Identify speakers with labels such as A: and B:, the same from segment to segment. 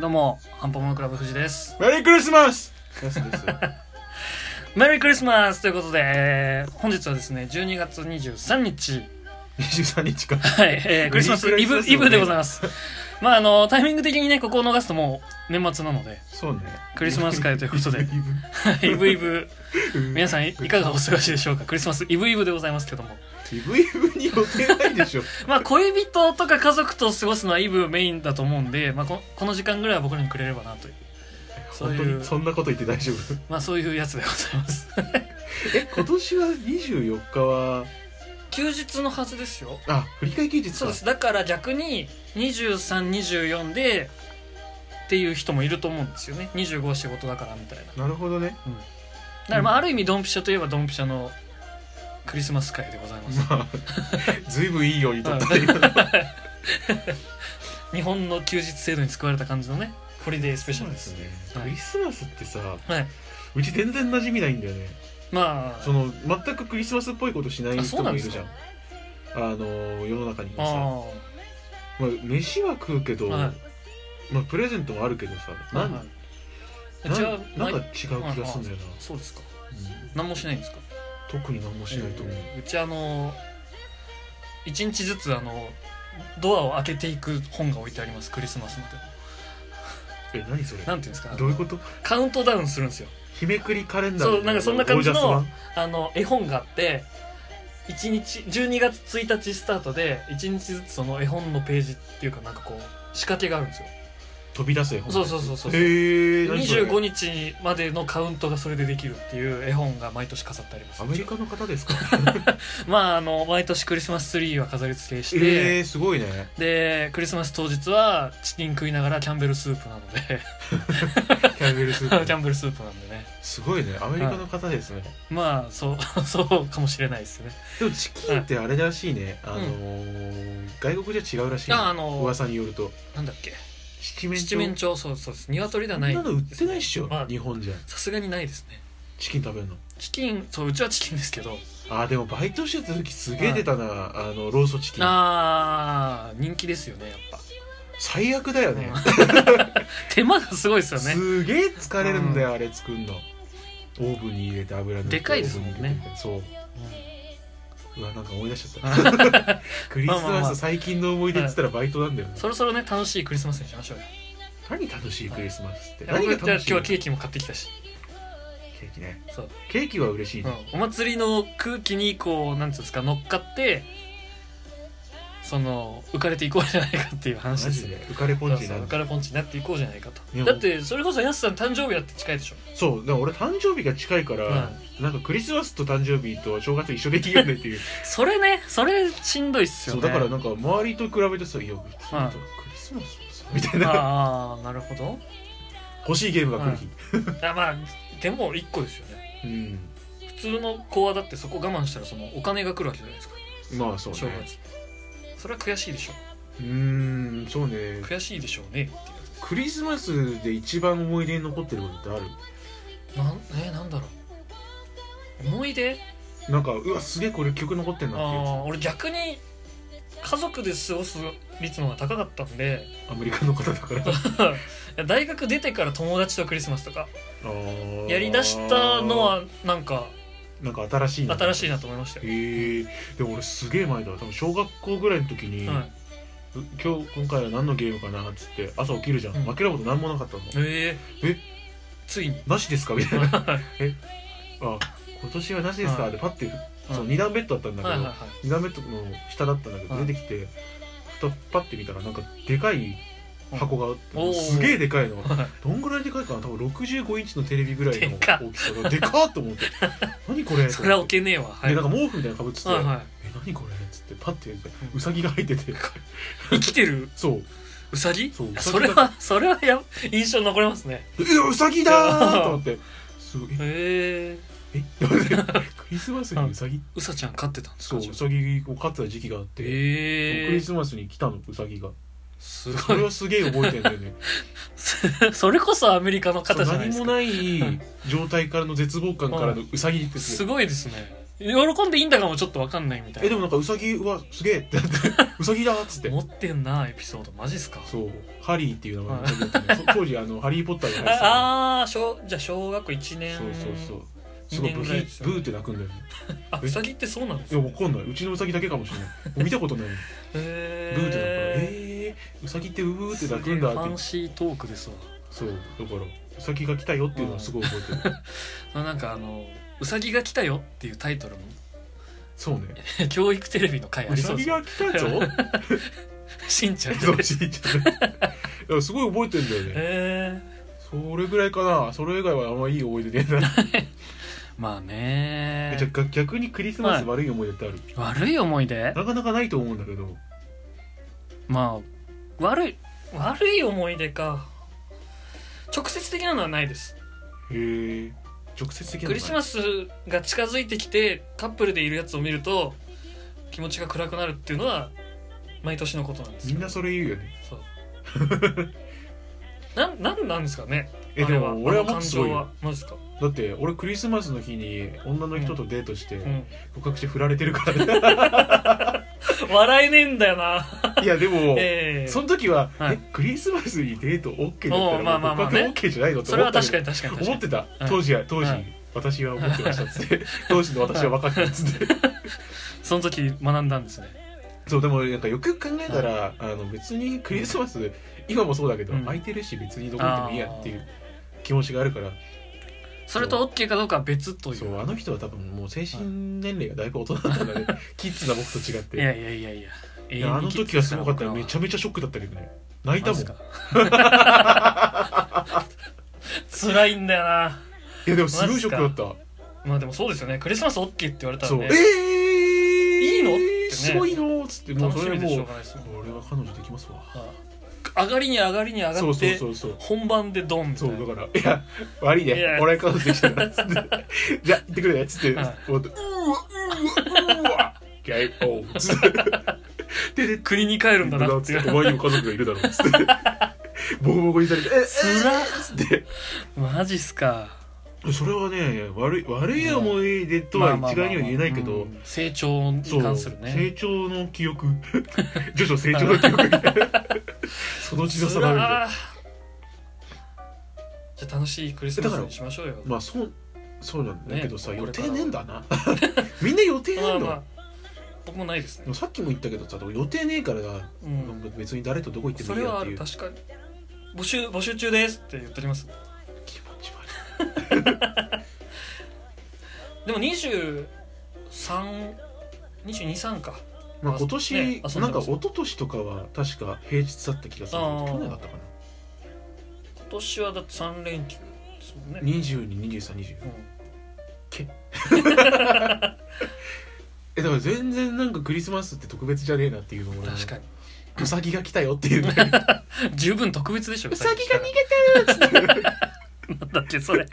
A: どうも、ハンポモノクラブ藤です。
B: メリークリスマスですです。
A: メリークリスマスということで、えー本日はですね、12月23日、
B: 23日か。
A: はい、えークリスマス
B: メリ
A: イ
B: ーク
A: ブ
B: リスマスです、ね
A: イブでございます。まあ、あの、タイミング的にね、ここを逃すともう年末なので、
B: そうね。
A: クリスマス会ということで
B: イブイ
A: イブイブ、
B: ブ
A: 皆さんいかがお過ごしでしょうかクリスマスイブイブでございますけども。
B: イブイブに予定ないでしょ。
A: まあ、恋人とか家族と過ごすのはイブメインだと思うんで、まあ、ここの時間ぐらいは僕らにくれればなという、 そう
B: 本当
A: い
B: に
A: う、
B: そんなこと言って大 丈夫。
A: まあ、そういうやつでございます。
B: え、今年は24日は、
A: 休日のはずですよ。
B: あ、振り替え休日
A: そう
B: か
A: で。すだから逆に2324でっていう人もいると思うんですよね25仕事だからみたいなだ
B: なるほどね。
A: からまあある意味ドンピシャといえばドンピシャのクリスマス会でございます
B: まあ、ずいぶんいいようにとったけど
A: 日本の休日制度に救われた感じのねホリデースペシャルです
B: ね。
A: はい
B: クリスマスってさ、
A: はいう
B: ち全然馴染みないんだよね。
A: まあ
B: その、全くクリスマスっぽいことしない
A: あそ
B: 人
A: うな
B: も
A: ん
B: い
A: で
B: る
A: す
B: じ
A: か
B: ゃん。あの、世の中にさ。
A: あ
B: まあ、飯は食うけど、
A: は
B: まあ、プレゼントもあるけどさ、
A: あは
B: ないん
A: はい
B: な
A: じゃ
B: ん
A: あ
B: なんか
A: ま
B: 違う気がするんだよ
A: あそうですか
B: な、
A: 何もしないんですか
B: 特に何もしないと思う、
A: えーうちあの1日ずつあのドアを開けていく本が置いてありますクリスマスので
B: え何それ
A: なんていうんですか
B: どういうこと
A: カウントダウンするんですよ
B: 日めくりカレンダー
A: そうなんかそんな感じの
B: ゴージャス版
A: あの絵本があって1日12月1日スタートで1日ずつその絵本のページっていうかなんかこう仕掛けがあるんですよ
B: 飛び出せ本
A: そうそうそうそう
B: へえ何それ
A: 25日までのカウントがそれでできるっていう絵本が毎年飾ってあります
B: アメリカの方で すか
A: まああの毎年クリスマスツリーは飾り付けして、
B: ええすごいね
A: でクリスマス当日はチキン食いながらキャンベルスープなので
B: キャンベルス
A: キ
B: ープ
A: ャンベルスープなんでね
B: すごいねアメリカの方ですね、
A: まあそう そうかもしれないですね
B: でもチキンってあれらしいね、あのー外国じゃ違うらしいね、
A: ああのー
B: 噂によると
A: なんだっけ
B: 七面鳥
A: 七面鳥そうそうです鶏では
B: そ
A: ない
B: んなの売ってないっしょ、
A: まあ
B: 日本じゃ
A: さすがにないですね
B: チキン食べるの
A: チキンそううちはチキンですけど
B: あーでもバイトしてた時すげえ出たな、あのローソチキン
A: あー人気ですよねやっぱ
B: 最悪だよね、
A: 手間がすごいですよね
B: すげえ疲れるんだよ、あれ作るのオーブンに入れて油塗って
A: でかいですもんね
B: オーブンに入れてそううわなんか思い出しち ゃったクリス
A: まあまあ
B: マ
A: まあ
B: ス最近の思い出っつったらバイトなんだよね、
A: そろそろね楽しいクリスマスにしましょうよ
B: 何楽しいクリスマスって
A: 僕
B: 何が
A: じゃあ今
B: 楽しい
A: 日は
B: のケ
A: ケーキも買ってきたし、
B: ーキね
A: そう
B: ケーキは嬉しい、
A: うん
B: ね、
A: お祭りの空気にこうなんつうんですか乗っかってその浮かれていこうじゃないかっていう
B: マ
A: 話です
B: ジ
A: よ
B: で浮かれポ
A: そう
B: ンチに
A: そ
B: な
A: う
B: る
A: 浮かれポンチになっていこうじゃないか
B: いや
A: とだってそれこそやすさん誕生日だって近いでしょ
B: そうでも俺誕生日が近いから、なんかクリスマスと誕生日と正月一緒できるよねっていう
A: それねそれしんどいっすよ
B: そ
A: ね
B: うだからなんか周りと比べてさ「いや別に
A: うん
B: クリスマスもさ」みたいな
A: ああなるほど
B: 欲しいゲームが来る日、
A: あまあでも1個ですよね
B: うん、
A: 普通の子はだってそこ我慢したらそのお金が来るわけじゃないですか
B: まあそう
A: 正
B: ね
A: 月それは悔しいでしょ
B: うーんそうね
A: 悔しいでしょうねっていう
B: クリスマスで一番思い出に残ってることってある
A: なんえーなんだろう思い出
B: なんかうわすげえこれ曲残ってんなっていうや
A: あー俺逆に家族で過ごす率の方が高かったん で
B: つアメリカの方だから
A: 大学出てから友達とクリスマスとかや
B: や
A: りだしたのはなんか
B: なんか新しい
A: 新しい
B: な
A: なと思いましたよ、
B: へえでも俺すげえ前だわ多分小学校ぐらいの時に、
A: はい、
B: う今日今回は何のゲームかなっつって朝起きるじゃん、
A: うん
B: 負けること何もなかったの
A: えー
B: え
A: ついに
B: なしですかみたいな
A: は
B: あ今年はなしですか、
A: はい
B: でパッて、
A: い
B: その2段ベッドだったんだ
A: い
B: けど、
A: はいはい
B: 2段ベッドの下だったんだけど、
A: はい
B: 出てきてふとパッて見たらなんかでかい箱があって、
A: うんおー
B: すげえでかいのが
A: はい
B: どんぐらいでかいかな多分65インチのテレビぐらいの
A: でかっ
B: 大きさがでかっ と思って何これ
A: それは
B: と思
A: 置
B: って
A: けねえわはい
B: でなんか毛布みたいなのかぶってて「
A: はいは
B: え何これ?」っつってパッてやったらうさぎが入ってて
A: い生きてる
B: そう
A: ウサギ
B: そう
A: いや
B: ウサギ
A: そ
B: だ
A: れはそれはや印象に残りますね
B: 「えうさぎだ!」と思 って「すごい
A: へえ
B: え えクリスマスにうさぎ
A: ウサちゃん飼ってたんです
B: そ
A: か
B: ううさぎを飼ってた時期があって、ク
A: へ
B: リ
A: え
B: スマスに来たのうさぎが
A: す
B: そ
A: ご
B: れ
A: い
B: はすげえ覚えてんだよね
A: それこそアメリカの方じゃない
B: 何
A: です
B: も
A: か
B: ない状態からの絶望感からのうさぎって
A: す
B: す
A: ごいですね喜んでいいんだかもちょっとわかんないみた
B: え
A: い
B: で
A: な
B: もなんかウサギはすげえってなって ウサギだっつって
A: 持ってんなエピソードマジっすか
B: そうハリーっていう名前のウサギだったんだけどそ当時あのハリー・ポッターが入ってた
A: ああー小じゃあ小学1年
B: そうそうそうすごい
A: 二年
B: ブヒ
A: ぐらいですよね
B: ブーって鳴くんだよね
A: あウサギってそうなんです
B: い
A: ね
B: やわかんないうちのウサギだけかもしれないもう見たことないブー
A: へ
B: って鳴くから
A: え
B: えーウサギってブーって鳴くんだ
A: ファン
B: って
A: シートークですわ
B: そうだからウサギが来たよっていうのはすごい覚えて る
A: そのなんかあの「うさぎが来たよ」っていうタイトルの
B: そうね
A: 教育テレビの回あ
B: ウ
A: りそ
B: サ
A: うで
B: ギ
A: すよ
B: が来たぞ
A: しんちゃん
B: そう
A: で
B: ちっちゃいいやすごい覚えてんだよね
A: へえ
B: それぐらいかなそれ以外はあんまいい思い出でない
A: まあね
B: じゃあ逆にクリスマス悪い思い出ってある、
A: 悪い思い出
B: なかなかないと思うんだけど
A: まあ悪い悪い思い出か直接的なのはないです
B: へえ直接的な
A: クリスマ
B: ス
A: スが近づいてきてカップルでいるやつを見ると気持ちが暗くなるっていうのは毎年のことなんです
B: み
A: よ
B: んなそれ言うよね
A: そう なんなんなんですかね
B: え
A: あれ
B: でも俺はもっとすごい
A: あの
B: よ
A: 感情マジか
B: だって俺クリスマスの日に女の人とデートして
A: うん
B: 告白して振られてるからね
A: 笑えねえんだよな。
B: いやでも、
A: ええ
B: その時は、
A: はい
B: えクリスマスにデート OK だっ
A: おう
B: た
A: まあ
B: ら
A: まあ
B: もう
A: まあ
B: 告白
A: ね
B: OK じゃないのって
A: それ
B: 思
A: は
B: ったけ
A: 確
B: ど
A: かに確かに確か
B: 思っ
A: に。
B: てた
A: うん
B: 当時は当時、
A: うん
B: 私は思ってましたっつって 当時の私は分かったっつって
A: その時学んだんですね。
B: そうでもなんかよくよく考えたら、あの別にクリスマス今もそうだけど、
A: うん
B: 空いてるし別にどこ行ってもいいやっていう気持ちがあるから
A: それと OK かどうかは別とい
B: そう
A: う。
B: あの人は多分もう精神年齢がだいぶ大人だったんだねキッズな僕と違っ
A: い
B: て
A: やいやいやいや。永遠
B: いや
A: に
B: あの時はすごかった
A: 生き
B: よめ
A: て
B: ちゃめちゃショックだったけどね泣いたもんい
A: たつらいんだよな。
B: やでもすごいショックだっ
A: まあでもそうですよね。クリスマス OK って言われ
B: た
A: たら
B: そうえ
A: ね。
B: ー、
A: いいのってね
B: すごいのっつってもう
A: 楽
B: そ
A: し
B: れ
A: み
B: も
A: で
B: う
A: しょうがないですよ。
B: 俺は彼女できますわ
A: あ上がりに上がりに上
B: そ
A: が
B: う
A: っ
B: そう
A: て
B: そ、うそう
A: 本番でドンみた
B: そ
A: いうな。
B: だから「いや悪い
A: い
B: ね
A: や
B: 俺彼女できたから」つ って「じゃあ行ってくれね」つって
A: はい
B: 思って「うわうわうわ」ゲイオーつって「ででっ
A: 国に帰るんだなって
B: つ
A: い
B: って「
A: う。
B: お前にも家族がいるだろ」つってボコボコにされて「え
A: つらっ
B: つって
A: マジっすか。
B: それはね悪い悪い思い出とは一概には言えないけ
A: まあまあ
B: ど
A: まあまあうん成長に
B: そう
A: 関するね。
B: 成長の記憶徐々成長の記憶そのうちの差があるんだよ
A: じゃあ楽しいクリスマスにしましょうよ
B: まあそうそうなんだけどさ、
A: ね
B: 予定ねえんだな みんな予定ね
A: ま
B: え
A: あ
B: んだ、
A: まあ僕もないですね
B: でもさっきも言ったけどさ予定ねえからな
A: うん
B: 別に誰とどこ行って
A: そ
B: もいい
A: れ
B: や
A: はあ
B: ってい
A: る
B: う
A: 確かに募集募集中ですって言っております
B: 気持ち悪
A: でも232223 23か
B: い、まあ、
A: あ
B: 今年、
A: ね遊んでます
B: なんか一昨年とかは確か平日だった気がする
A: あー
B: 去年だったかな
A: 今年はだって3連休ですもんね、
B: 222324
A: うん
B: えだから全然なんかクリスマスって特別じゃねえなっていうのも
A: 確かに
B: にウサギが来たよっ ていうウ
A: 十分特別でしょ
B: サギが逃げ
A: げなん だっけそれ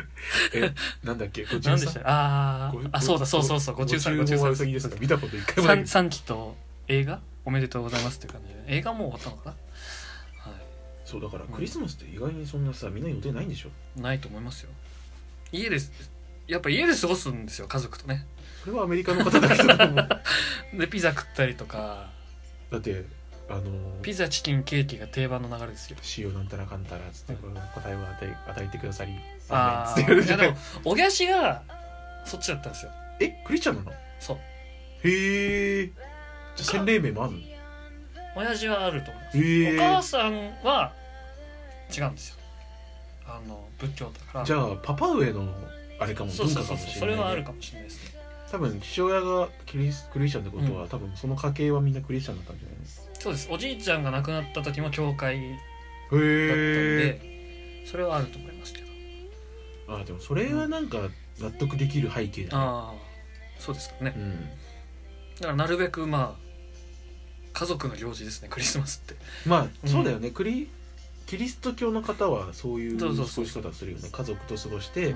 B: えなんだっけごちゅう
A: 何でした
B: さん
A: っけあ
B: ご
A: ーあそうだそうそうそうご中さんご
B: ご
A: 中
B: 中
A: さ
B: さ
A: ん
B: んウサギですか見たこと一回もない
A: 三三期と映画おめでとうございますっていう感じで映画もう終わったのかな、は
B: そうだからクリスマスって意外にそんなさみんな予定ないんでしょ
A: い、ないと思いますよ家ですやっぱ家で過ごすんですよ家族とね
B: それはアメリカの方だけ だと思うだ
A: でピザ食ったりとか
B: ってあの
A: ピザチキンケーキが定番の流れですよ
B: 塩なんたらかんたらっつってこの答えを与え与えてくださり
A: あ
B: アーメンっ
A: ー
B: つっ
A: い
B: て
A: やでもおぎゃしがそっちだったんですよ
B: えクリスチャンなの
A: そう
B: へえじゃあ洗礼名もあるの
A: 親父はあると思います、
B: へ
A: お母
B: え
A: さんは違うんですよあの仏教だから
B: じゃあパパ上のあれかも
A: そう
B: 文
A: そ
B: 化
A: うそう
B: かも
A: そう
B: し
A: そ
B: れ
A: れは
B: な
A: あ
B: い
A: る
B: ね
A: かもしれないですね
B: 多分父親がキリスクリスチャンってことは多分その家系はみんなクリスチャンだったんじゃないです
A: そうですおじいちゃんが亡くなった時も教会
B: か
A: だったん
B: へえ
A: でそれはあると思いますけど
B: あでもそれはなんか納得できる背景だね
A: ああそうですかね
B: うん
A: だからなるべくまあ家族の行事ですねクリスマスって
B: ま
A: う
B: あ
A: ん
B: そうだよね、クリキリスト教の方はそういう
A: そ
B: 過
A: う
B: ご
A: そう
B: し
A: そう
B: 方するよね家族と過ごして、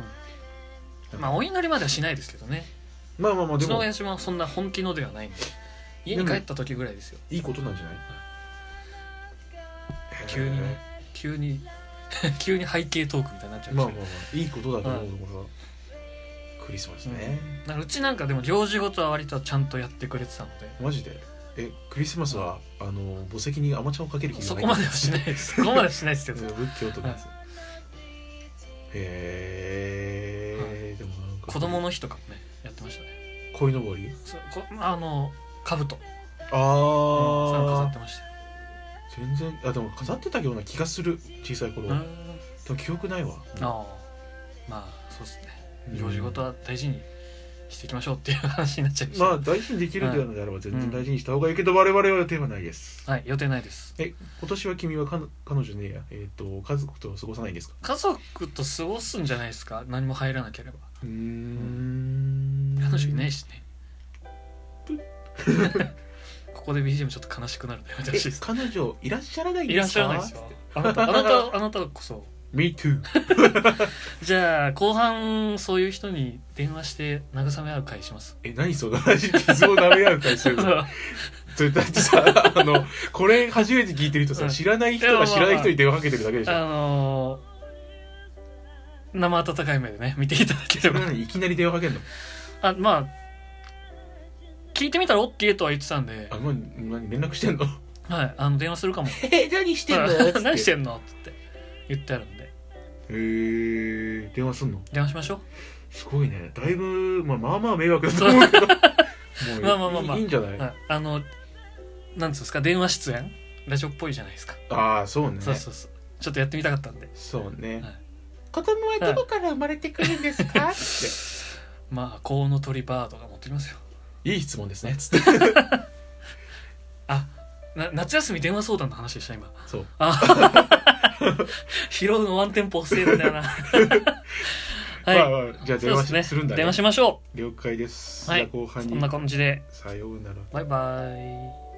A: まあお祈りまではしないですけどね
B: まあまあまあ
A: う
B: で
A: ちの
B: も
A: 親父もそんな本気のではないんで家に帰った時ぐらいですよ
B: いいことなんじゃない
A: 急にね急に急に背景トークみたいになっちゃ
B: え
A: う
B: ー
A: んで
B: まあ
A: す
B: ま
A: けど
B: あまあいいことだと思う、これはクリスマスね、
A: なんかうちなんかでも行事ごとは割とちゃんとやってくれてたので
B: マジでえクリスマスは、あの墓石にアマチャをかける気
A: そこまではしない ですそこまではしないですけど
B: 仏教とかです、へえ、でもなんか
A: 子供の日とかもねやってましたね
B: 鯉のぼり
A: そうこあの兜うんそれ飾
B: あ
A: っ
B: あ
A: てましたよ
B: 全然あでも飾ってたような気がする小さい頃
A: う
B: は、
A: ん
B: でも記憶ないわ
A: ああまあそうです
B: うん
A: ね行事ごとは大事にしていきましょうっていう話になっちゃいました、
B: まあ大事にできるのであれば全然大事にした方がいいけど、我々は予定はないです
A: はい予定ないです
B: え今年は君はかの彼女ねえや、えー、と家族と過ごさないんですか
A: 家族と過ごすんじゃないですか何も入らなければ
B: うーん
A: 彼女いないし ねここで BGM ちょっと悲しくなるのやめてほ
B: え
A: しいです
B: 彼女いらっしゃらないん
A: い
B: ですから
A: っしゃらないですよあなたあなたあなたこそ
B: Me too
A: じゃあ後半そういう人に電話して慰め合う会し ます
B: え何その話傷を舐め合う会する のそれだってさあのこれ初めて聞いてる人
A: う
B: さ
A: ん
B: 知らない人が知らない人に電話かけてるだけでし
A: あ
B: ょ
A: のー生温かい目でね見ていただけ
B: そ
A: れ
B: れ
A: ば
B: なのにいきなり電話かけるの
A: あまあ聞いてみたら OK とは言ってたんで
B: あ、もう何連絡してんの
A: はい、あの電話するかも
B: え何し
A: 何してんのっつって言ってあるんで
B: えー、電話すんの
A: 電話しましょう
B: すごいねだいぶ、まあ、まあまあ迷惑だと思うけどもう
A: まあまあまあまあ
B: いいいいんじゃない、
A: はいあのなんつうんですか電話出演ラジオっぽいじゃないですか、
B: ああそうね
A: そうそうそうちょっとやってみたかったんで
B: そうね、
A: はい
B: 子供はどこから生まれてくるんですか、っ
A: まあコウノトリバードが持ってきますよ
B: ていい質問ですねつって
A: あな夏休み電話相談の話でした今
B: そう
A: あ 拾うのワンテンポ遅いんだよなはい、
B: まあまあじゃあ電話し
A: そうです
B: るんだね
A: 電話しましょ
B: 了解です、
A: はい
B: じゃあ後
A: う
B: 半
A: そ
B: に
A: んな感じで
B: さようなら
A: バイバイ